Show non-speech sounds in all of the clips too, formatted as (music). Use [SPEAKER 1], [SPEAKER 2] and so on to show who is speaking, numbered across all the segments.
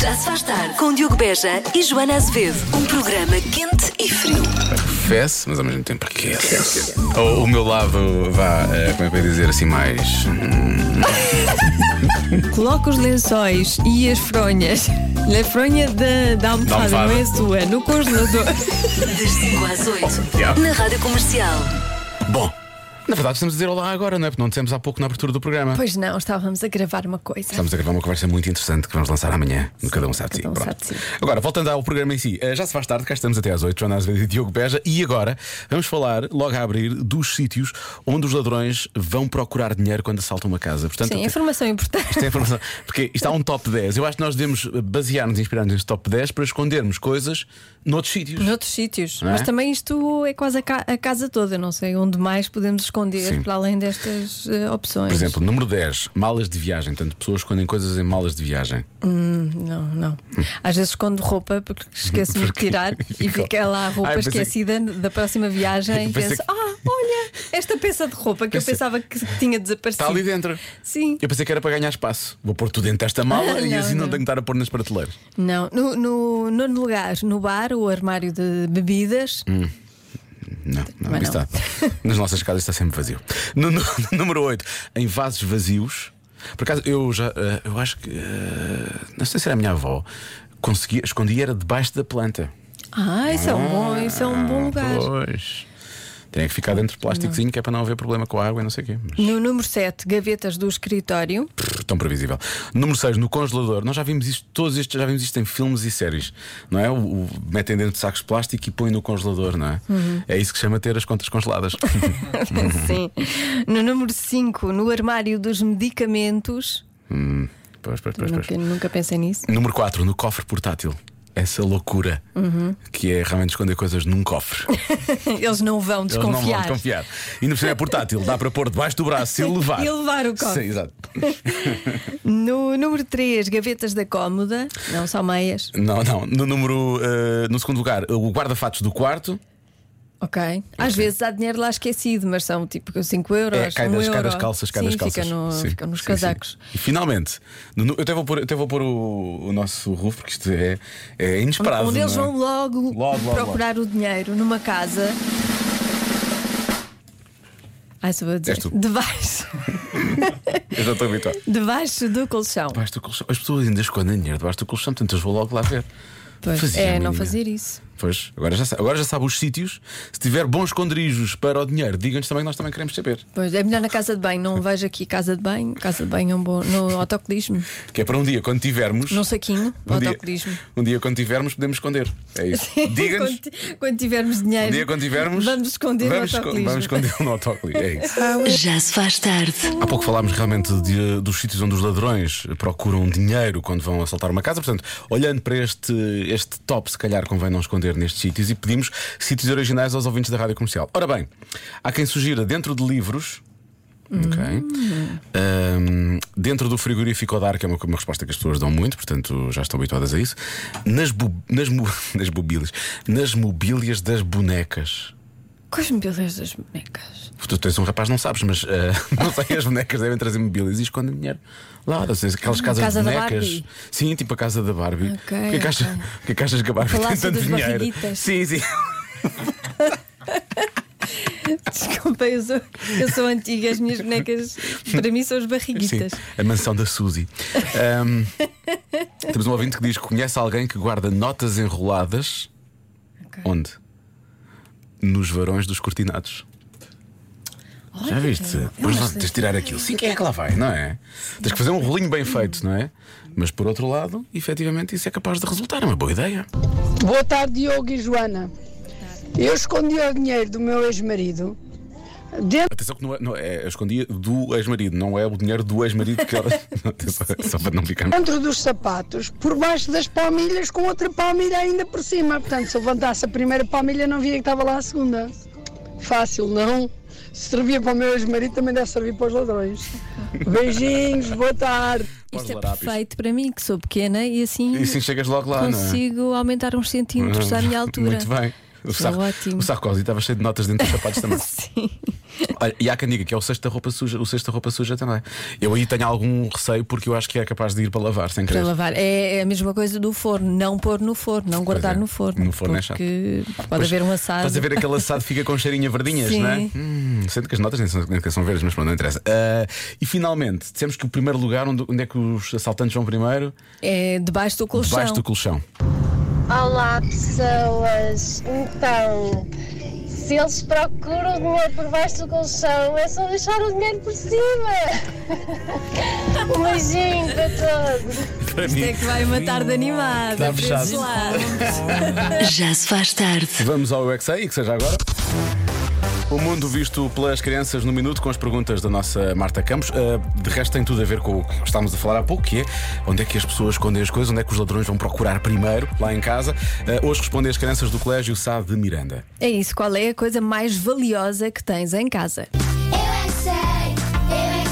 [SPEAKER 1] Já se faz tarde com Diogo Beja e Joana Azevedo. Um programa quente e frio.
[SPEAKER 2] Fesse, mas ao mesmo tempo aquece. O, o meu lado, vá, eh, como é que eu ia dizer assim, mais.
[SPEAKER 3] Coloca os lençóis e as fronhas (laughs) na fronha da, da almofada,
[SPEAKER 2] Da almofada.
[SPEAKER 3] não é sua, no congelador.
[SPEAKER 1] Das 5 às 8.
[SPEAKER 2] Yeah.
[SPEAKER 1] Na rádio comercial.
[SPEAKER 2] Bom, na verdade estamos a dizer olá agora, não é? Porque não dissemos há pouco na abertura do programa.
[SPEAKER 3] (laughs) pois não, estávamos a gravar uma coisa.
[SPEAKER 2] Estamos a gravar uma conversa muito interessante que vamos lançar amanhã no Cada Um Sabe de Si.
[SPEAKER 3] Cada Um
[SPEAKER 2] Pronto.
[SPEAKER 3] Sabe de Si.
[SPEAKER 2] Agora, voltando ao programa em si, eh, já se faz tarde, cá estamos até às 8, Joana Azevedo e Diogo Beja, e agora vamos falar, logo a abrir, dos sítios onde os ladrões vão procurar dinheiro quando assaltam uma casa. Portanto,
[SPEAKER 3] Sim,
[SPEAKER 2] até-
[SPEAKER 3] informação importante.
[SPEAKER 2] Isto é informação. Porque isto há um top 10. Eu acho que nós devemos basear-nos e inspirar-nos neste top 10 para escondermos coisas noutros sítios.
[SPEAKER 3] (laughs) Noutros sítios.
[SPEAKER 2] Não é?
[SPEAKER 3] Mas também isto é quase a, ca- a casa toda. Não sei onde mais podemos esconder
[SPEAKER 2] Sim.
[SPEAKER 3] para além destas eh, opções.
[SPEAKER 2] Por exemplo, número 10, malas de viagem. Tanto pessoas escondem coisas em malas de viagem.
[SPEAKER 3] Não, não. Às vezes escondo roupa porque
[SPEAKER 2] (laughs)
[SPEAKER 3] esqueço-me de tirar e
[SPEAKER 2] ficou-
[SPEAKER 3] fica lá a roupa
[SPEAKER 2] Ai, pensei-
[SPEAKER 3] esquecida da
[SPEAKER 2] (laughs)
[SPEAKER 3] próxima viagem e
[SPEAKER 2] Pensei
[SPEAKER 3] penso:
[SPEAKER 2] que-
[SPEAKER 3] ah, olha, esta peça de roupa que
[SPEAKER 2] Pensei-
[SPEAKER 3] eu pensava que tinha desaparecido.
[SPEAKER 2] Está ali dentro.
[SPEAKER 3] Sim.
[SPEAKER 2] Eu pensei que era para ganhar espaço. Vou pôr tudo dentro
[SPEAKER 3] (laughs)
[SPEAKER 2] desta mala
[SPEAKER 3] Ah,
[SPEAKER 2] e
[SPEAKER 3] não,
[SPEAKER 2] assim não,
[SPEAKER 3] não.
[SPEAKER 2] tenho que estar a pôr nas prateleiras.
[SPEAKER 3] Não, no, no nono lugar, no bar, o armário de bebidas.
[SPEAKER 2] Hum. Não, não,
[SPEAKER 3] Mas
[SPEAKER 2] isso
[SPEAKER 3] não.
[SPEAKER 2] está. Nas nossas casas está sempre vazio. No, (laughs) no- no número 8, em vasos vazios. Por acaso, eu já. eh, eu acho que. eh, não sei se era a minha avó. Conseguia, escondia era debaixo da planta.
[SPEAKER 3] Ah, isso é um bom, isso é um bom lugar.
[SPEAKER 2] Ah, Pois. Tem que ficar dentro de plásticozinho que é para não haver problema com a água e não sei o quê. Mas,
[SPEAKER 3] No número 7, gavetas do escritório.
[SPEAKER 2] (laughs) pff, tão previsível. Número 6, no congelador. Nós já vimos isto, todos estes, já vimos isto em filmes e séries, não é? O, o- metem dentro de sacos de plástico e põem no congelador, não é?
[SPEAKER 3] Uhum.
[SPEAKER 2] É isso que se chama ter as contas
[SPEAKER 3] (laughs)
[SPEAKER 2] congeladas.
[SPEAKER 3] Sim. No número 5, no armário dos medicamentos.
[SPEAKER 2] Hum, pois, pois, pois, pois.
[SPEAKER 3] Nunca, nunca pensei nisso. (laughs)
[SPEAKER 2] Número 4, no cofre portátil. Essa loucura
[SPEAKER 3] Uhum.
[SPEAKER 2] que é realmente esconder coisas num cofre.
[SPEAKER 3] Eles não vão
[SPEAKER 2] Eles não vão
[SPEAKER 3] desconfiar.
[SPEAKER 2] desconfiar. E no é portátil, dá para pôr debaixo do
[SPEAKER 3] (laughs)
[SPEAKER 2] braço e levar.
[SPEAKER 3] E levar o cofre.
[SPEAKER 2] Sim, exato.
[SPEAKER 3] No número 3, gavetas da cómoda. Não só meias.
[SPEAKER 2] Não, não. No número. eh, no segundo lugar, o guarda-fatos do quarto.
[SPEAKER 3] Ok. Às vezes há dinheiro lá esquecido, mas são tipo 5 euros.
[SPEAKER 2] É, cai,
[SPEAKER 3] um
[SPEAKER 2] das,
[SPEAKER 3] euro.
[SPEAKER 2] cai das calças, cai
[SPEAKER 3] sim,
[SPEAKER 2] das calças.
[SPEAKER 3] Fica no,
[SPEAKER 2] Sim,
[SPEAKER 3] fica nos
[SPEAKER 2] sim,
[SPEAKER 3] casacos.
[SPEAKER 2] sim. E finalmente, no- no- eu até vou pôr, eu até vou pôr o, o nosso roof, porque isto é, é inesperado.
[SPEAKER 3] Onde eles
[SPEAKER 2] não é?
[SPEAKER 3] Um vão logo,
[SPEAKER 2] Logo, logo,
[SPEAKER 3] procurar o dinheiro numa casa. Ai, só vou dizer.
[SPEAKER 2] És tu.
[SPEAKER 3] Debaixo,
[SPEAKER 2] Eu já estou habituado.
[SPEAKER 3] debaixo do colchão.
[SPEAKER 2] Debaixo do colchão. As pessoas ainda escondem dinheiro debaixo do colchão, portanto, eu vou logo lá ver.
[SPEAKER 3] Pois,
[SPEAKER 2] Fazia a
[SPEAKER 3] é, não
[SPEAKER 2] mínima.
[SPEAKER 3] fazer isso.
[SPEAKER 2] Pois, agora já, sa- agora já sabe os sítios. Se tiver bons esconderijos para o dinheiro, digam-nos também, nós também queremos saber.
[SPEAKER 3] Pois, é melhor na casa de banho. Não vejo aqui casa de banho. Casa de banho é um bom. No autocolismo.
[SPEAKER 2] Que é para um dia, quando tivermos.
[SPEAKER 3] Num saquinho. No
[SPEAKER 2] um dia,
[SPEAKER 3] autocolismo.
[SPEAKER 2] um dia, quando tivermos, podemos esconder. É
[SPEAKER 3] (laughs)
[SPEAKER 2] isso. Diga-nos.
[SPEAKER 3] quando, ti- quando tivermos dinheiro.
[SPEAKER 2] Um dia quando tivermos.
[SPEAKER 3] Vamos esconder no
[SPEAKER 2] vamos esco-
[SPEAKER 3] autocolismo.
[SPEAKER 2] Vamos esconder no autocolismo. É isso.
[SPEAKER 1] Já se faz tarde.
[SPEAKER 2] Há pouco falámos realmente de- dos sítios onde os ladrões procuram dinheiro quando vão assaltar uma casa. Portanto, olhando para este, este top, se calhar convém não esconder nestes sítios e pedimos sítios originais aos ouvintes da rádio comercial. Ora bem, há quem sugira dentro de livros. Ok. Ahm, dentro do frigorífico ao dar, que é uma, uma resposta que as pessoas dão muito, portanto já estão habituadas a isso. Nas, bu, nas, mo- (laughs) nas mobílias, nas mobílias das bonecas.
[SPEAKER 3] Com as mobílias das bonecas. (laughs)
[SPEAKER 2] Tu tens um rapaz, não sabes, mas eh, (laughs) não sei, as bonecas devem trazer mobílias e escondem dinheiro. Lá, não sei, aquelas casas
[SPEAKER 3] Ah, casa
[SPEAKER 2] de
[SPEAKER 3] da
[SPEAKER 2] bonecas.
[SPEAKER 3] Barbie.
[SPEAKER 2] Sim, tipo a casa da Barbie.
[SPEAKER 3] Ok,
[SPEAKER 2] Porquê que achas-
[SPEAKER 3] ok.
[SPEAKER 2] porquê que achas que a Barbie tem
[SPEAKER 3] Palácio
[SPEAKER 2] tanto
[SPEAKER 3] dos
[SPEAKER 2] dinheiro?
[SPEAKER 3] Barriguitas.
[SPEAKER 2] Sim, sim.
[SPEAKER 3] Desculpa, eu sou, eu sou antiga. As minhas bonecas, para mim, são as
[SPEAKER 2] sim.
[SPEAKER 3] barriguitas.
[SPEAKER 2] A mansão da Suzy.
[SPEAKER 3] (laughs)
[SPEAKER 2] Ahm, temos um ouvinte que diz que conhece alguém que guarda notas enroladas.
[SPEAKER 3] Ok.
[SPEAKER 2] Onde? Nos varões dos cortinados. Já
[SPEAKER 3] Olha,
[SPEAKER 2] viste?
[SPEAKER 3] eu
[SPEAKER 2] Mas
[SPEAKER 3] não
[SPEAKER 2] lá,
[SPEAKER 3] sei.
[SPEAKER 2] tens de tirar aquilo. Sim, quem é que lá vai, não é? Tens que fazer um rolinho bem feito, não é? Mas por outro lado, efetivamente, isso é capaz de resultar. É uma boa ideia.
[SPEAKER 4] Boa tarde, Diogo e Joana. Eu escondi o dinheiro do meu ex-marido dentro
[SPEAKER 2] Atenção que não é, não é- eu escondia do ex-marido, não é o dinheiro do ex-marido que ela. (laughs) Atenção, Só para não ficar.
[SPEAKER 4] dos sapatos, por baixo das palmilhas, com outra palmilha ainda por cima. Portanto, se eu levantasse a primeira palmilha, não via que estava lá a segunda. Fácil, não? Se servia para o meu ex-marido, também deve servir para os ladrões. Beijinhos, boa tarde.
[SPEAKER 3] Isto é
[SPEAKER 2] Pós larápios.
[SPEAKER 3] perfeito para mim, que sou pequena e assim,
[SPEAKER 2] E assim chegas logo lá, não é?
[SPEAKER 3] consigo aumentar
[SPEAKER 2] (laughs)
[SPEAKER 3] uns centímetros à minha altura.
[SPEAKER 2] Muito bem. O saco,
[SPEAKER 3] ótimo.
[SPEAKER 2] o saco estava cheio de notas dentro dos sapatos também.
[SPEAKER 3] (laughs) Sim.
[SPEAKER 2] Olha, e há quem diga que é o sexto da roupa suja, o sexto da roupa suja também. Eu aí tenho algum receio porque eu acho que é capaz de ir para lavar, sem
[SPEAKER 3] Para
[SPEAKER 2] querer.
[SPEAKER 3] lavar. É é a mesma coisa do forno. Não pôr no forno, não guardar
[SPEAKER 2] é.
[SPEAKER 3] no forno.
[SPEAKER 2] No forno é chato.
[SPEAKER 3] porque pode
[SPEAKER 2] Pois,
[SPEAKER 3] haver um assado.
[SPEAKER 2] Estás a ver aquele assado que fica com cheirinho a verdinhas,
[SPEAKER 3] Sim.
[SPEAKER 2] não é? Hum, sendo que as notas nem são, nem são verdes, mas pronto, não interessa. Ah, e finalmente, dissemos que o primeiro lugar onde, onde é que os assaltantes vão primeiro?
[SPEAKER 3] É debaixo do colchão.
[SPEAKER 2] Debaixo do colchão.
[SPEAKER 5] Olá pessoas, então se eles procuram o dinheiro por baixo do colchão é só deixar o dinheiro por cima. (laughs) Um beijinho para todos.
[SPEAKER 2] Para
[SPEAKER 3] Isto (laughs) é que vai matar de animada.
[SPEAKER 2] Está
[SPEAKER 3] para
[SPEAKER 2] fechado.
[SPEAKER 3] gelar.
[SPEAKER 1] Já se faz tarde.
[SPEAKER 2] Vamos ao UXA e que seja agora. O mundo visto pelas crianças no minuto com as perguntas da nossa Marta Campos. Ah, de resto, tem tudo a ver com o que estávamos a falar há pouco, que é onde é que as pessoas escondem as coisas, onde é que os ladrões vão procurar primeiro, lá em casa. Ah, hoje respondem as crianças do Colégio Sá de Miranda.
[SPEAKER 3] É isso. Qual é a coisa mais valiosa que tens em casa?
[SPEAKER 6] Eu é que sei, eu é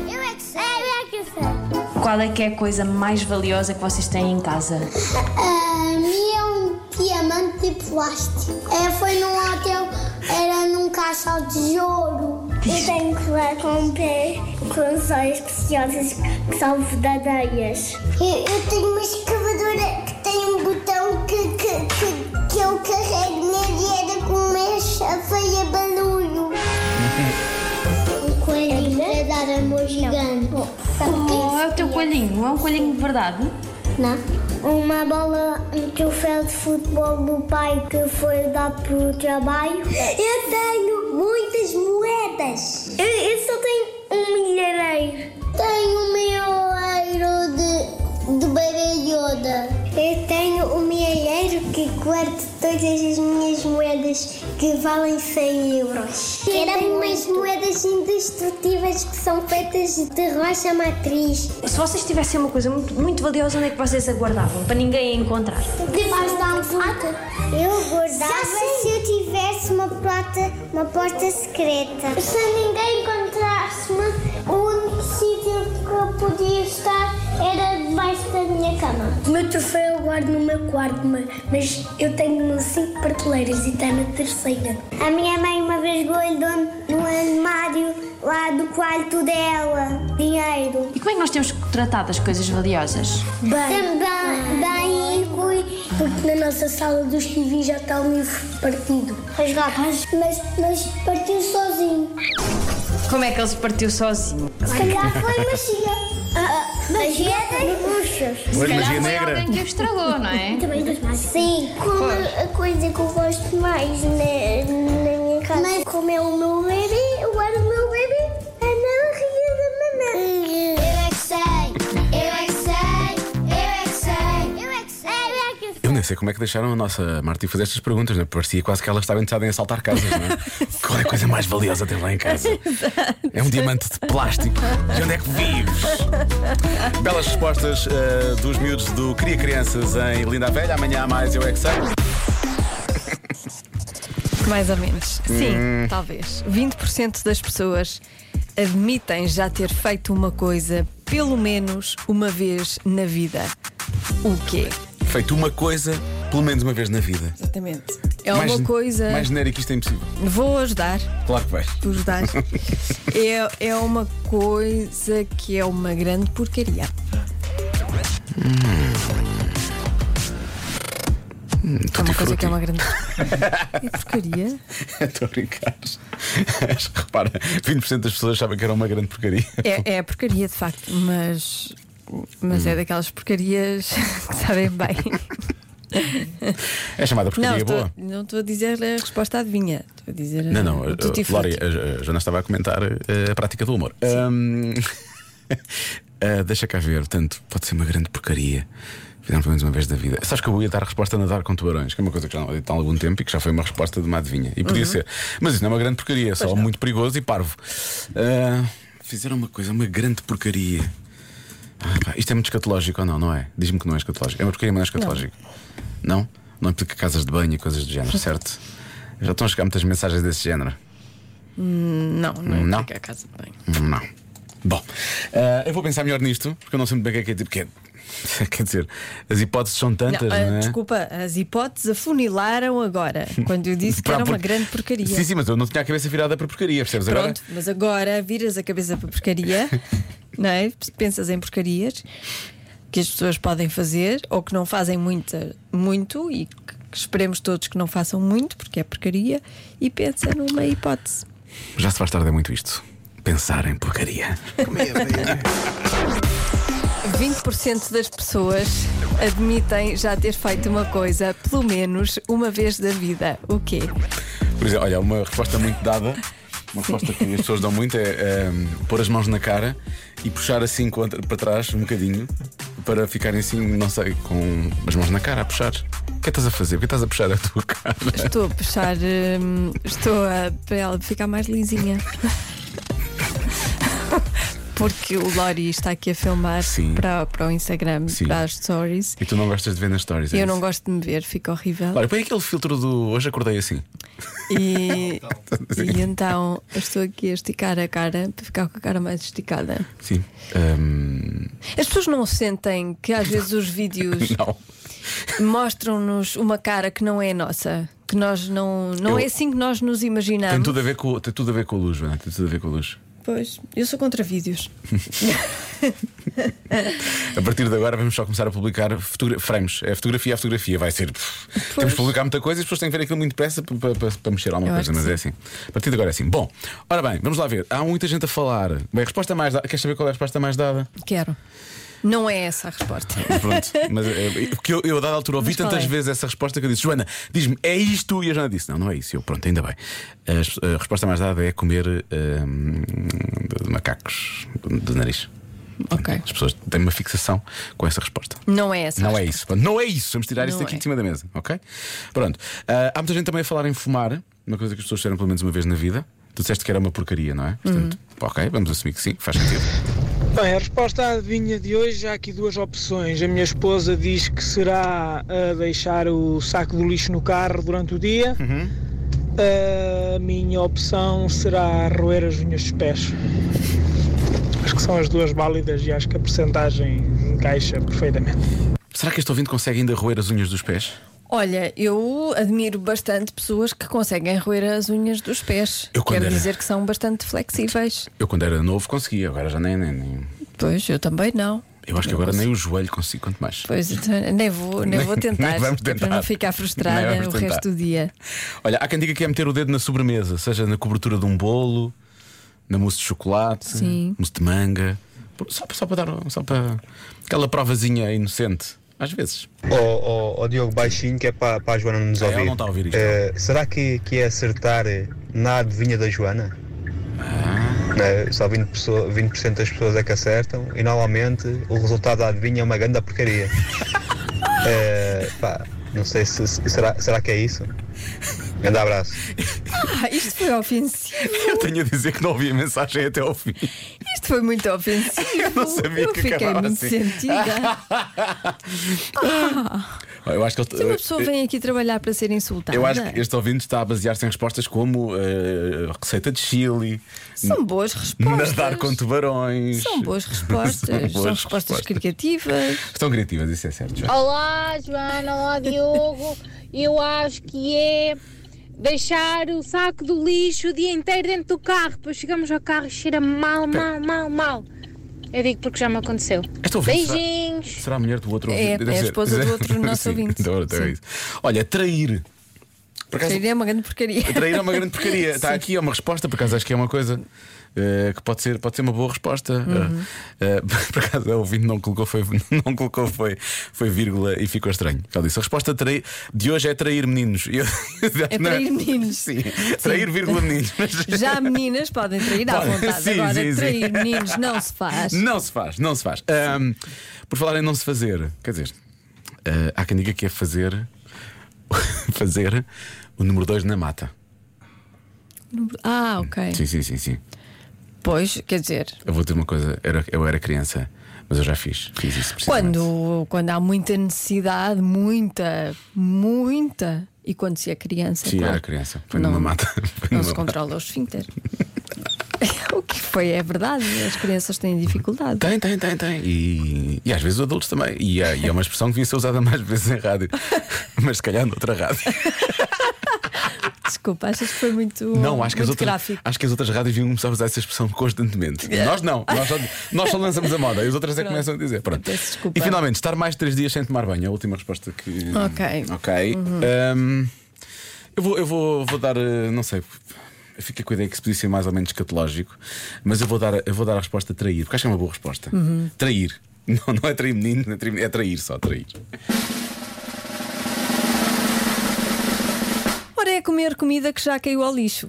[SPEAKER 6] que sei, eu é que sei, eu é que sei, eu é que sei, eu é que sei.
[SPEAKER 7] Qual é que é a coisa mais valiosa que vocês têm em casa?
[SPEAKER 6] A minha é um diamante de plástico. É, foi num hotel, era num caixal de ouro. Eu tenho que lá comprar coisas preciosas que são verdadeiras. Eu, tenho uma escavadora que tem um botão que, que, que, que eu carrego na dieta com uma chave e a barulho. Um coelhinho para dar amor gigante.
[SPEAKER 7] Oh, é o teu coelhinho, é um coelhinho de verdade?
[SPEAKER 6] Não. Né? Uma bola, um troféu de futebol do pai que foi dar para o trabalho. Eu tenho muitas moedas. Eu, só tenho um milhareiro. Tenho um milhareiro de, de bebê Yoda. Eu tenho um milhareiro que guardo todas as minhas moedas que valem 100 euros. Eu tenho umas moedas indestrutíveis que são feitas de rocha matriz.
[SPEAKER 7] Se vocês tivessem uma coisa muito, muito valiosa, onde é que vocês aguardavam? Para ninguém a encontrar.
[SPEAKER 6] Debaixo da assim almofada? Eu guardava se eu tivesse uma porta, uma porta secreta. Se ninguém encontrasse-me, o único sítio que eu podia estar era debaixo da minha cama. O meu troféu eu guardo no meu quarto, mas eu tenho cinco prateleiras e está na terceira. A minha mãe uma vez guardou no armário lá do quarto dela dinheiro.
[SPEAKER 7] E como é que nós temos que tratar das coisas valiosas?
[SPEAKER 6] Bem, bem, bem, Porque na nossa sala dos TV já está o livro partido. As gatas. Mas, mas partiu sozinho.
[SPEAKER 7] Como é que ele se partiu sozinho?
[SPEAKER 6] Se calhar foi magia. Ah, magia das bruxas.
[SPEAKER 2] Hoje, magia
[SPEAKER 7] foi
[SPEAKER 2] negra.
[SPEAKER 7] alguém que o estragou, não é?
[SPEAKER 6] Também das mágicas. Sim, como a coisa que eu gosto mais na, na minha casa. Mas como é o meu bebê, eu guardo o meu bebê é na barriga da mamãe. Eu é que sei, eu é que sei, eu é que sei, eu é que sei, eu é que sei.
[SPEAKER 2] Eu nem sei como é que deixaram a nossa Marta fazer estas perguntas, né? parecia quase que ela estava interessada em assaltar casas, não
[SPEAKER 3] (laughs)
[SPEAKER 2] é? Qual é a coisa mais valiosa ter lá em casa? É um diamante de plástico. De onde é que vives? Belas respostas eh, dos miúdos do Cria Crianças em Linda a Velha. Amanhã há mais, eu é que sei.
[SPEAKER 3] Mais ou menos. Sim, talvez. 20% das pessoas admitem já ter feito uma coisa pelo menos uma vez na vida. O quê?
[SPEAKER 2] Feito uma coisa, pelo menos uma vez na vida.
[SPEAKER 3] Exatamente. É
[SPEAKER 2] Mais-
[SPEAKER 3] uma coisa.
[SPEAKER 2] Mais genérico, isto é impossível.
[SPEAKER 3] Vou ajudar.
[SPEAKER 2] Claro que vais.
[SPEAKER 3] Tu ajudares. (laughs) é, é uma coisa que é uma grande porcaria. É uma coisa que é uma grande. É porcaria?
[SPEAKER 2] (laughs) Estou a brincar. (laughs) Mas, Repara, 20% das pessoas sabem que era uma grande porcaria.
[SPEAKER 3] É, é porcaria de facto, mas. Mas é
[SPEAKER 2] Hum.
[SPEAKER 3] daquelas porcarias (laughs) que sabem bem.
[SPEAKER 2] É chamada (laughs) porcaria
[SPEAKER 3] não, estou,
[SPEAKER 2] boa.
[SPEAKER 3] não estou a dizer a resposta adivinha. Estou a dizer. eh,
[SPEAKER 2] Não, não,
[SPEAKER 3] a,
[SPEAKER 2] uh, Lória, a, a Joana estava a comentar uh, a prática do humor. Hum, (laughs) uh, deixa cá ver, portanto, pode ser uma grande porcaria. Fizeram pelo menos uma vez da vida. Sabes que eu ia dar a resposta a nadar com tubarões, que é uma coisa que já não acredito há algum tempo e que já foi uma resposta de uma adivinha. E podia ser. Mas isso não é uma grande porcaria, é só muito perigoso e parvo. Uh, fizeram uma coisa, uma grande porcaria. Ah, pá, isto é muito escatológico ou não, não é? Diz-me que não é escatológico. É uma porcaria, mas não é escatológico. Não? Não, implica casas de banho e coisas do (laughs) género, certo? Já estão a chegar muitas mensagens desse género.
[SPEAKER 3] Não, não,
[SPEAKER 2] Não.
[SPEAKER 3] é que é a casa de banho.
[SPEAKER 2] Não. Bom, ah, eu vou pensar melhor nisto, porque eu não sei muito bem o que é que é tipo. que é- (laughs) Quer dizer, as hipóteses são tantas, não,
[SPEAKER 3] Não,
[SPEAKER 2] é?
[SPEAKER 3] ah, Desculpa, as hipóteses afunilaram agora, quando eu disse que
[SPEAKER 2] Pá,
[SPEAKER 3] era uma
[SPEAKER 2] porque-
[SPEAKER 3] grande porcaria.
[SPEAKER 2] Sim, sim, mas eu não tinha a cabeça virada para porcaria, percebes? Agora
[SPEAKER 3] Pronto, mas agora viras a cabeça para porcaria, não é? Pensas em porcarias que as pessoas podem fazer ou que não fazem muita, muito e que que esperemos todos que não façam muito porque é porcaria e pensa numa hipótese.
[SPEAKER 2] já se faz tarde é muito isto. Pensar em
[SPEAKER 3] (laughs)
[SPEAKER 2] porcaria.
[SPEAKER 3] 20% das pessoas admitem já ter feito uma coisa pelo menos uma vez da vida. O quê?
[SPEAKER 2] Por exemplo, olha, uma resposta muito dada, uma resposta que as pessoas dão muito é ehm, pôr as mãos na cara e puxar assim contra- para trás um bocadinho para ficarem assim, não sei, com as mãos na cara a puxar. O que é que estás a fazer? O que é que estás a puxar a tua cara?
[SPEAKER 3] Estou a puxar, hum, estou a, para ela ficar mais lisinha. Porque o Lori está aqui a filmar
[SPEAKER 2] Sim.
[SPEAKER 3] para, para o Instagram,
[SPEAKER 2] Sim.
[SPEAKER 3] para as stories.
[SPEAKER 2] E tu não gostas de ver nas stories? é
[SPEAKER 3] Eu não
[SPEAKER 2] isso?
[SPEAKER 3] gosto de me ver, fica horrível.
[SPEAKER 2] Olha, põe aquele filtro do hoje acordei assim. (laughs)
[SPEAKER 3] E, e então eu estou aqui a esticar a cara para ficar com a cara mais esticada.
[SPEAKER 2] Sim. Ehm,
[SPEAKER 3] As pessoas não sentem que às vezes os vídeos
[SPEAKER 2] (laughs) não.
[SPEAKER 3] mostram-nos uma cara que não é nossa, que nós não. Não
[SPEAKER 2] Eu-
[SPEAKER 3] é assim que nós nos
[SPEAKER 2] Tem
[SPEAKER 3] imaginamos.
[SPEAKER 2] tudo a ver com, tem tudo a ver com a luz, Joana. Tem tudo a ver com a luz.
[SPEAKER 3] Pois, eu sou contra vídeos.
[SPEAKER 2] A partir de agora vamos só começar a publicar fotogra- frames. É fotografia a fotografia. Vai ser. pff, Temos que publicar muita coisa e as pessoas têm que ver aquilo muito depressa para, para- para- para mexer alguma
[SPEAKER 3] Eu
[SPEAKER 2] coisa,
[SPEAKER 3] acho que
[SPEAKER 2] mas é assim. A partir de agora é assim. Bom, ora bem, vamos lá ver. Há muita gente a falar. Bem, a resposta mais dada. Queres saber qual é a resposta mais dada?
[SPEAKER 3] Quero. Não é essa a resposta.
[SPEAKER 2] Pronto. mas é, porque eu, eu, a dada altura, ouvi
[SPEAKER 3] Mas qual
[SPEAKER 2] tantas
[SPEAKER 3] é?
[SPEAKER 2] vezes essa resposta que eu disse: Joana, diz-me, é isto? E a Joana disse: Não, não é isso. Eu, pronto, ainda bem. As- A, resposta mais dada é comer hum, de macacos de nariz.
[SPEAKER 3] Ok.
[SPEAKER 2] As pessoas têm uma fixação com essa resposta.
[SPEAKER 3] Não é essa. a
[SPEAKER 2] Não é
[SPEAKER 3] resposta.
[SPEAKER 2] isso. Pronto, Não é isso. Vamos tirar
[SPEAKER 3] Não
[SPEAKER 2] isto aqui
[SPEAKER 3] é.
[SPEAKER 2] de cima da mesa, ok? Pronto. Ah, há muita gente também a falar em fumar, uma coisa que as pessoas disseram pelo menos uma vez na vida. Tu disseste que era uma porcaria, não é? Portanto,
[SPEAKER 3] Hum.
[SPEAKER 2] ok, vamos assumir que sim, faz sentido.
[SPEAKER 8] Bem, a resposta à adivinha de hoje há aqui duas opções. A minha esposa diz que será a deixar o saco do lixo no carro durante o dia. A minha opção será roer as unhas dos pés. Acho que são as duas válidas e acho que a percentagem encaixa perfeitamente.
[SPEAKER 2] Será que este ouvinte consegue ainda roer as unhas dos pés?
[SPEAKER 3] Olha, eu admiro bastante pessoas que conseguem roer as unhas dos pés.
[SPEAKER 2] Eu quando
[SPEAKER 3] Quero
[SPEAKER 2] era-
[SPEAKER 3] dizer que são bastante flexíveis.
[SPEAKER 2] Eu, quando era novo, conseguia, agora já nem. nem, nem-
[SPEAKER 3] Pois, eu também não.
[SPEAKER 2] Eu acho que agora nem o joelho consigo, quanto mais.
[SPEAKER 3] Pois, então, nem vou, nem vou
[SPEAKER 2] (laughs)
[SPEAKER 3] tentar,
[SPEAKER 2] Nem vamos
[SPEAKER 3] que é
[SPEAKER 2] tentar.
[SPEAKER 3] para não ficar frustrada
[SPEAKER 2] Nem vamos
[SPEAKER 3] o
[SPEAKER 2] tentar.
[SPEAKER 3] resto do dia.
[SPEAKER 2] Olha, há quem diga que é meter o dedo na sobremesa, seja na cobertura de um bolo, na mousse de chocolate,
[SPEAKER 3] Sim.
[SPEAKER 2] mousse de manga, só, só para dar um- só para aquela provazinha inocente, às vezes. (laughs)
[SPEAKER 9] Ó oh, Diogo Baixinho, que é para, para a Joana não nos
[SPEAKER 2] Ah,
[SPEAKER 9] ouvir.
[SPEAKER 2] ela não está a ouvir isto.
[SPEAKER 9] Eh, será que, que é acertar na adivinha da Joana?
[SPEAKER 2] Ah.
[SPEAKER 9] Eh, só 20%, pessoa- 20 das pessoas é que acertam e normalmente o resultado da adivinha é uma grande
[SPEAKER 2] (laughs)
[SPEAKER 9] porcaria. Eh, pá, não sei se se- será, será que é isso. Grande abraço.
[SPEAKER 3] Ah, isto foi ofensivo.
[SPEAKER 2] Eu tenho a dizer que não ouvi a mensagem até ao fim.
[SPEAKER 3] Isto foi muito ofensivo.
[SPEAKER 2] (laughs) Eu não sabia
[SPEAKER 3] Eu
[SPEAKER 2] que
[SPEAKER 3] fiquei
[SPEAKER 2] acabava
[SPEAKER 3] muito
[SPEAKER 2] assim. (laughs)
[SPEAKER 3] sentida.
[SPEAKER 2] Eu acho que
[SPEAKER 3] Se uma pessoa
[SPEAKER 2] ele,
[SPEAKER 3] vem aqui trabalhar para ser insultada,
[SPEAKER 2] eu acho que este ouvinte está a basear-se em respostas como eh, receita de chili,
[SPEAKER 3] são boas respostas.
[SPEAKER 2] nadar com tubarões.
[SPEAKER 3] São boas respostas,
[SPEAKER 2] (laughs) São
[SPEAKER 3] são,
[SPEAKER 2] boas
[SPEAKER 3] respostas
[SPEAKER 2] respostas.
[SPEAKER 3] criativas.
[SPEAKER 2] Estão criativas, isso é certo. Joana.
[SPEAKER 5] Olá, Joana, olá, Diogo. Eu acho que é deixar o saco do lixo o dia inteiro dentro do carro. Depois chegamos ao carro e cheira mal, mal, mal, mal. Eu digo porque já me aconteceu.
[SPEAKER 2] Este ouvinte será-
[SPEAKER 5] Beijinhos.
[SPEAKER 2] Será a mulher do outro
[SPEAKER 3] É,
[SPEAKER 2] ouvinte?
[SPEAKER 3] é
[SPEAKER 2] Deve
[SPEAKER 3] a
[SPEAKER 2] ser-
[SPEAKER 3] esposa
[SPEAKER 2] (laughs)
[SPEAKER 3] do outro nosso
[SPEAKER 2] Sim,
[SPEAKER 3] ouvinte.
[SPEAKER 2] do outro, é
[SPEAKER 3] Sim.
[SPEAKER 2] isso. Olha, trair. Por acaso,
[SPEAKER 3] Seria é uma grande porcaria.
[SPEAKER 2] (laughs) trair é uma grande porcaria. Está aqui, é uma resposta, por acaso acho que é uma coisa. eh, que pode ser, pode ser uma boa resposta.
[SPEAKER 3] Uhum.
[SPEAKER 2] Eh, (laughs) eh, por acaso, o ouvinte não colocou, foi, (laughs) não colocou foi, foi vírgula e ficou estranho. Ela disse: a resposta trair, de hoje é trair meninos. (laughs) E eu-
[SPEAKER 3] É trair meninos.
[SPEAKER 2] Sim, trair vírgula meninos. Mas-
[SPEAKER 3] (laughs) Já meninas podem trair à
[SPEAKER 2] Podem,
[SPEAKER 3] vontade.
[SPEAKER 2] sim,
[SPEAKER 3] Agora,
[SPEAKER 2] sim, sim.
[SPEAKER 3] trair meninos não se faz.
[SPEAKER 2] Não se faz, não se faz. Ahm, por falar em não se fazer, quer dizer, ah, há quem diga que é fazer, (laughs) fazer o número 2 na mata.
[SPEAKER 3] Ah, ok.
[SPEAKER 2] Sim, sim, sim, sim.
[SPEAKER 3] Pois, quer dizer,
[SPEAKER 2] Eu vou ter uma coisa, era- eu era criança, mas eu já fiz, fiz isso precisamente.
[SPEAKER 3] quando, quando há muita necessidade, muita, muita, e quando se é criança,
[SPEAKER 2] Sim,
[SPEAKER 3] claro,
[SPEAKER 2] era criança. Foi
[SPEAKER 3] Não.
[SPEAKER 2] numa mata. (laughs) Foi
[SPEAKER 3] não
[SPEAKER 2] numa
[SPEAKER 3] se
[SPEAKER 2] mata.
[SPEAKER 3] controla o esfíncter. (laughs) o que foi, é verdade, as crianças têm dificuldade.
[SPEAKER 2] Tem, tem, tem, tem. E, e às vezes os adultos também. E, é- e é uma expressão que devia ser usada (laughs) mais vezes em
[SPEAKER 3] (laughs)
[SPEAKER 2] rádio, mas se calhar noutra rádio.
[SPEAKER 3] Desculpa, achas que foi muito,
[SPEAKER 2] Não, acho que, as
[SPEAKER 3] muito
[SPEAKER 2] outras,
[SPEAKER 3] gráfico. É.
[SPEAKER 2] acho que as outras rádios deviam começar a usar essa expressão constantemente. Nós não, nós só, nós só lançamos a moda e as outras é que
[SPEAKER 3] Pronto.
[SPEAKER 2] começam a dizer. Pronto.
[SPEAKER 3] Peço desculpa.
[SPEAKER 2] E finalmente, estar mais de 3 dias sem tomar banho, é a última resposta que.
[SPEAKER 3] Ok. Uhum.
[SPEAKER 2] Ok. Hum, eu vou, eu vou, vou dar, eh, não sei. Eu fiquei com a ideia que se podia ser mais ou menos catológico, mas eu vou dar, eu vou dar a resposta trair, porque acho que é uma boa resposta.
[SPEAKER 3] Uhum.
[SPEAKER 2] Trair. (laughs) Não, não é trair menino, não é trair, menino, é trair só, trair.
[SPEAKER 3] Ora, é comer comida que já caiu ao lixo.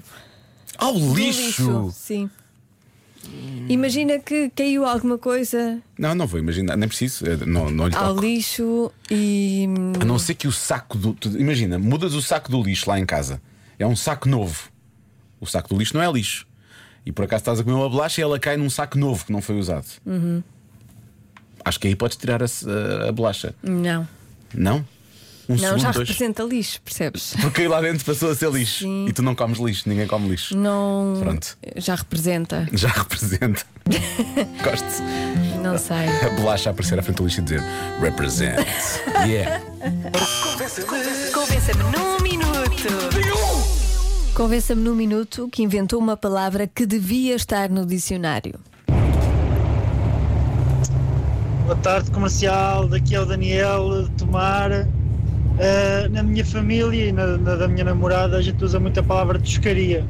[SPEAKER 2] Ao
[SPEAKER 3] No
[SPEAKER 2] lixo!
[SPEAKER 3] Sim. Imagina que caiu alguma coisa
[SPEAKER 2] Não, não vou imaginar, nem preciso, eh, não, não lhe
[SPEAKER 3] ao
[SPEAKER 2] toco.
[SPEAKER 3] lixo e.
[SPEAKER 2] A não ser que o saco do. tu- Imagina, mudas o saco do lixo lá em casa. É um saco novo. O saco do lixo não é lixo. E por acaso estás a comer uma bolacha e ela cai num saco novo que não foi usado.
[SPEAKER 3] Uhum.
[SPEAKER 2] Acho que aí podes tirar a, s- a- a bolacha.
[SPEAKER 3] Não,
[SPEAKER 2] Não? Um
[SPEAKER 3] não,
[SPEAKER 2] segundo,
[SPEAKER 3] já
[SPEAKER 2] dois.
[SPEAKER 3] representa lixo, percebes?
[SPEAKER 2] Porque aí lá dentro passou a ser lixo. E tu não comes lixo, ninguém come lixo.
[SPEAKER 3] Não.
[SPEAKER 2] Pronto.
[SPEAKER 3] Já representa,
[SPEAKER 2] Já
[SPEAKER 3] (laughs)
[SPEAKER 2] representa. Gosto.
[SPEAKER 3] não sei.
[SPEAKER 2] A bolacha a aparecer à frente do lixo e dizer: Represent. Yeah.
[SPEAKER 1] Convença-me num minuto.
[SPEAKER 3] Convença-me num minuto que inventou uma palavra que devia estar no dicionário.
[SPEAKER 10] Boa tarde, comercial. Daqui é o Daniel de Tomar. Ah, na minha família e na, na da minha namorada, a gente usa muito a palavra toscaria.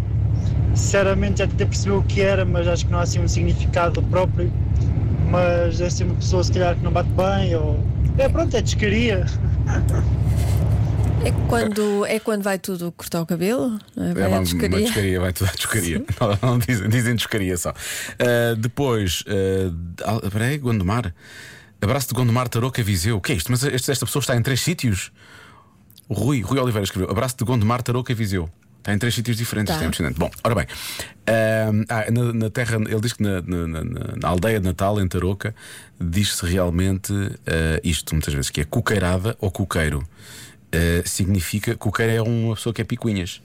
[SPEAKER 10] Sinceramente, já tentei perceber o que era, mas acho que não há assim um significado próprio. Mas deve ser uma pessoa, se calhar, que não bate bem ou. É, pronto, é toscaria.
[SPEAKER 3] É quando, é quando vai tudo cortar o cabelo? não é? Vai
[SPEAKER 2] É
[SPEAKER 3] à
[SPEAKER 2] uma, uma
[SPEAKER 3] pescaria.
[SPEAKER 2] toscaria, vai tudo à toscaria. (laughs) Não, não dizem, dizem toscaria só. Ah, depois, ah, de- ah, peraí, Gondomar. Abraço de Gondomar Tarouca Viseu. O que é isto? Mas este- esta pessoa está em três sítios? O Rui, Rui Oliveira escreveu: Abraço de Gondomar Tarouca Viseu. Está em três sítios diferentes,
[SPEAKER 3] Tá.
[SPEAKER 2] isto é impressionante. Bom, ora bem, ah, ah, na, na terra, ele diz que na, na- na- na- na aldeia de Natal, em Tarouca, diz-se realmente ah, isto muitas vezes: que é coqueirada ou coqueiro. Ah, significa coqueiro é uma pessoa que é picuinhas.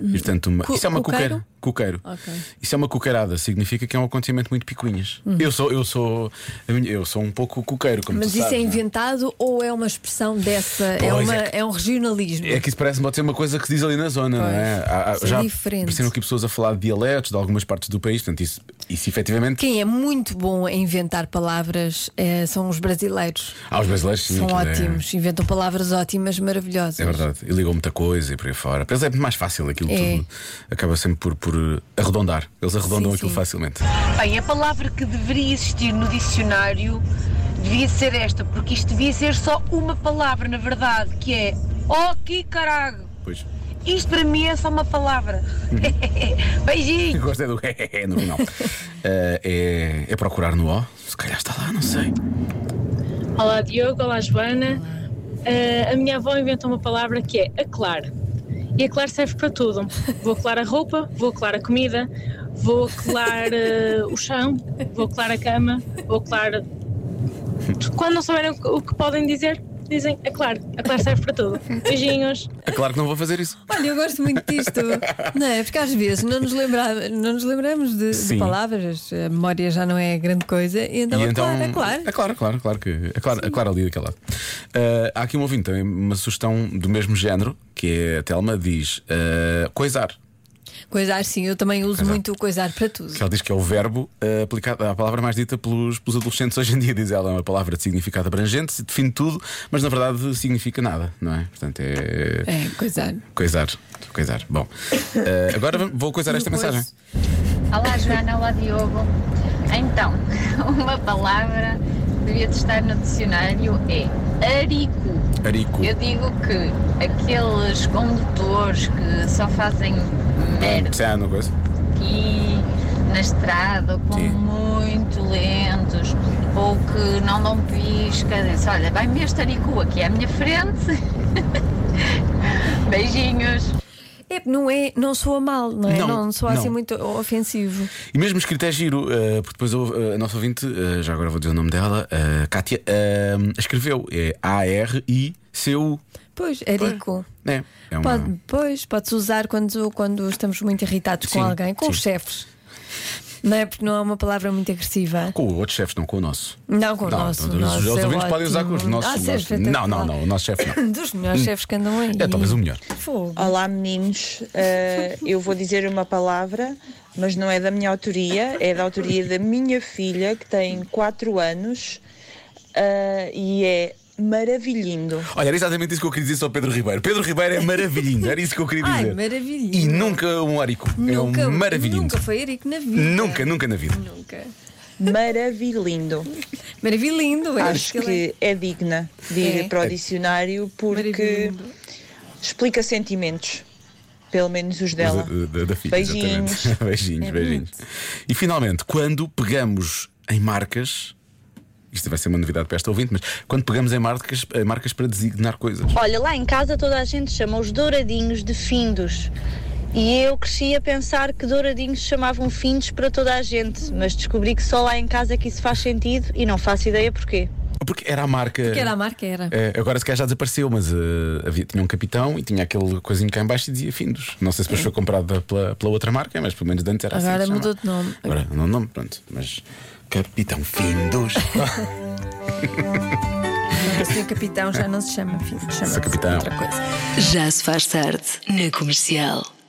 [SPEAKER 2] E, portanto, uma-
[SPEAKER 3] Cu-
[SPEAKER 2] isso é uma
[SPEAKER 3] Uhum. coqueiro?
[SPEAKER 2] coqueira. Coqueiro.
[SPEAKER 3] Ok.
[SPEAKER 2] Isso é uma coqueirada, significa que é um acontecimento muito picuinhas. Eu sou, eu sou, a minha- eu sou um pouco coqueiro, como
[SPEAKER 3] Uhum. Mas
[SPEAKER 2] tu
[SPEAKER 3] isso
[SPEAKER 2] sabes,
[SPEAKER 3] é
[SPEAKER 2] não é?
[SPEAKER 3] inventado ou é uma expressão dessa? É,
[SPEAKER 2] Pois,
[SPEAKER 3] uma-
[SPEAKER 2] é que-
[SPEAKER 3] é um regionalismo.
[SPEAKER 2] É que isso parece-me pode ser uma coisa que se diz ali na zona, não é?
[SPEAKER 3] Pois, isso é diferente.
[SPEAKER 2] Parecendo aqui pessoas a falar de dialetos de algumas partes do país, portanto, isso, isso efetivamente.
[SPEAKER 3] Quem é muito bom a inventar palavras eh, são os brasileiros.
[SPEAKER 2] Há os brasileiros sim,
[SPEAKER 3] são
[SPEAKER 2] aquilo é-
[SPEAKER 3] ótimos, inventam palavras ótimas, maravilhosas.
[SPEAKER 2] É verdade, e ligam muita coisa e por aí fora. Mas é muito mais fácil aquilo
[SPEAKER 3] É.
[SPEAKER 2] tudo. Acaba sempre por, por arredondar. Eles arredondam
[SPEAKER 3] Sim,
[SPEAKER 2] aquilo
[SPEAKER 3] sim.
[SPEAKER 2] facilmente.
[SPEAKER 11] Bem, a palavra que deveria existir no dicionário devia ser esta, porque isto devia ser só uma palavra, na verdade, que é Oh que carago!
[SPEAKER 2] Pois.
[SPEAKER 11] Isto para mim é só uma palavra. Beijinho!
[SPEAKER 2] Eu gosto é do (laughs) no final. Eh, é, é procurar no O, se calhar está lá, não sei.
[SPEAKER 12] Olá Diogo, olá Joana. Ah, a minha avó inventou uma palavra que é aclar. E aclar serve para tudo. Vou aclar a roupa, vou aclar a comida, vou aclar ah, o chão, vou aclar a cama, vou aclar. Quando não souberem o que- o que podem dizer, dizem aclar. Aclar serve para tudo. Beijinhos.
[SPEAKER 2] É claro que não vou fazer isso.
[SPEAKER 3] Olha, eu gosto muito disto, não é? Porque às vezes não nos, lembra, não nos lembramos de, de
[SPEAKER 2] Sim.
[SPEAKER 3] palavras, a memória já não é grande coisa, e então,
[SPEAKER 2] E
[SPEAKER 3] é
[SPEAKER 2] então-
[SPEAKER 3] claro, é claro.
[SPEAKER 2] É claro, claro, claro que. É claro, é claro ali daquele lado. Eh, há aqui um ouvinte também, uma sugestão do mesmo género, que é a Telma, diz eh, coisar.
[SPEAKER 3] Coisar, sim, assim, eu também uso
[SPEAKER 2] Coisar.
[SPEAKER 3] muito o coisar para tudo.
[SPEAKER 2] Que ela diz que é o verbo eh, aplicado à palavra mais dita pelos, pelos adolescentes hoje em dia, diz ela. É uma palavra de significado abrangente, se define tudo, mas na verdade significa nada, não é? Portanto, é.
[SPEAKER 3] É, coisar.
[SPEAKER 2] Coisar. Coisar. Bom. Eh, agora vou coisar esta
[SPEAKER 3] Coisa.
[SPEAKER 2] mensagem.
[SPEAKER 11] Olá Joana, olá Diogo. Então, (laughs) uma palavra que devia de estar no dicionário é arico.
[SPEAKER 2] Arico.
[SPEAKER 11] Eu digo que aqueles condutores que só fazem merda
[SPEAKER 2] Isso é a coisa.
[SPEAKER 11] aqui na estrada como
[SPEAKER 2] Sim.
[SPEAKER 11] muito lentos ou que não dão pisca. Diz, olha, vai-me este aricu aqui à minha frente. (laughs) Beijinhos.
[SPEAKER 3] É, não, é, não soa mal, não é?
[SPEAKER 2] Não,
[SPEAKER 3] Não, soa assim
[SPEAKER 2] não.
[SPEAKER 3] muito ofensivo.
[SPEAKER 2] E mesmo escrito é giro, eh, porque depois houve, eh, a nossa ouvinte, eh, já agora vou dizer o nome dela, eh, Kátia, eh, escreveu é A-R-I-C-U.
[SPEAKER 3] Pois, Arico.
[SPEAKER 2] É, é uma-
[SPEAKER 3] Pode, pois, pode-se usar quando, quando estamos muito irritados com
[SPEAKER 2] Sim,
[SPEAKER 3] alguém, com
[SPEAKER 2] sim.
[SPEAKER 3] os chefes. Não é porque não é uma palavra muito agressiva.
[SPEAKER 2] Com o outro chefe, não com o nosso.
[SPEAKER 3] Não, com o nosso.
[SPEAKER 2] então,
[SPEAKER 3] o
[SPEAKER 2] os-
[SPEAKER 3] nosso
[SPEAKER 2] os
[SPEAKER 3] é
[SPEAKER 2] ouvintes podem usar com os
[SPEAKER 3] ótimo.
[SPEAKER 2] nossos.
[SPEAKER 3] Ah,
[SPEAKER 2] os
[SPEAKER 3] sim, é
[SPEAKER 2] nossos- não, não, não, o nosso chefe não.
[SPEAKER 3] (laughs) Dos melhores
[SPEAKER 2] Hum.
[SPEAKER 3] chefes que andam aí.
[SPEAKER 2] É talvez o melhor.
[SPEAKER 10] Olá meninos, Eh, eu vou dizer uma palavra, mas não é da minha autoria, é da autoria da minha filha que tem 4 anos eh, e é maravilhindo.
[SPEAKER 2] Olha, era exatamente isso que eu queria dizer sobre Pedro Ribeiro. Pedro Ribeiro é maravilhinho, era isso que eu queria
[SPEAKER 3] Ai,
[SPEAKER 2] dizer.
[SPEAKER 3] maravilhoso.
[SPEAKER 2] e nunca um arico. é
[SPEAKER 3] Nunca,
[SPEAKER 2] um maravilhinho.
[SPEAKER 3] Nunca foi Eric na vida.
[SPEAKER 2] Nunca, nunca na vida.
[SPEAKER 3] Nunca.
[SPEAKER 10] Maravilhindo.
[SPEAKER 3] Maravilhindo, é
[SPEAKER 10] Acho
[SPEAKER 3] isso que
[SPEAKER 10] que é digna de ir
[SPEAKER 3] É.
[SPEAKER 10] para o
[SPEAKER 2] É.
[SPEAKER 10] dicionário porque explica sentimentos, pelo menos os dela.
[SPEAKER 2] Da, eh, da- da filha,
[SPEAKER 10] Beijinhos.
[SPEAKER 2] exatamente. (laughs) beijinhos,
[SPEAKER 3] É
[SPEAKER 2] beijinhos. E finalmente, quando pegamos em marcas, isto vai ser uma novidade para esta ouvinte, mas quando pegamos em marcas, em marcas para designar coisas.
[SPEAKER 5] Olha, lá em casa toda a gente chama os douradinhos de findos. E eu cresci a pensar que douradinhos chamavam findos para toda a gente, mas descobri que só lá em casa é que isso faz sentido e não faço ideia porquê.
[SPEAKER 2] Porque era a marca.
[SPEAKER 5] Porque era a marca, era.
[SPEAKER 2] É, agora se calhar já desapareceu, mas eh, havia, tinha um capitão e tinha aquele coisinho cá em baixo e dizia findos. Não sei se depois foi comprado pela, pela outra marca, mas pelo menos de antes era assim.
[SPEAKER 3] É. Agora
[SPEAKER 2] que se
[SPEAKER 3] mudou de nome.
[SPEAKER 2] chamava. Agora não nome, pronto. Mas Capitão Findos.
[SPEAKER 3] O seu capitão já não se chama filho, chama
[SPEAKER 2] é Capitão.
[SPEAKER 3] outra coisa.
[SPEAKER 1] Já se faz tarde na comercial.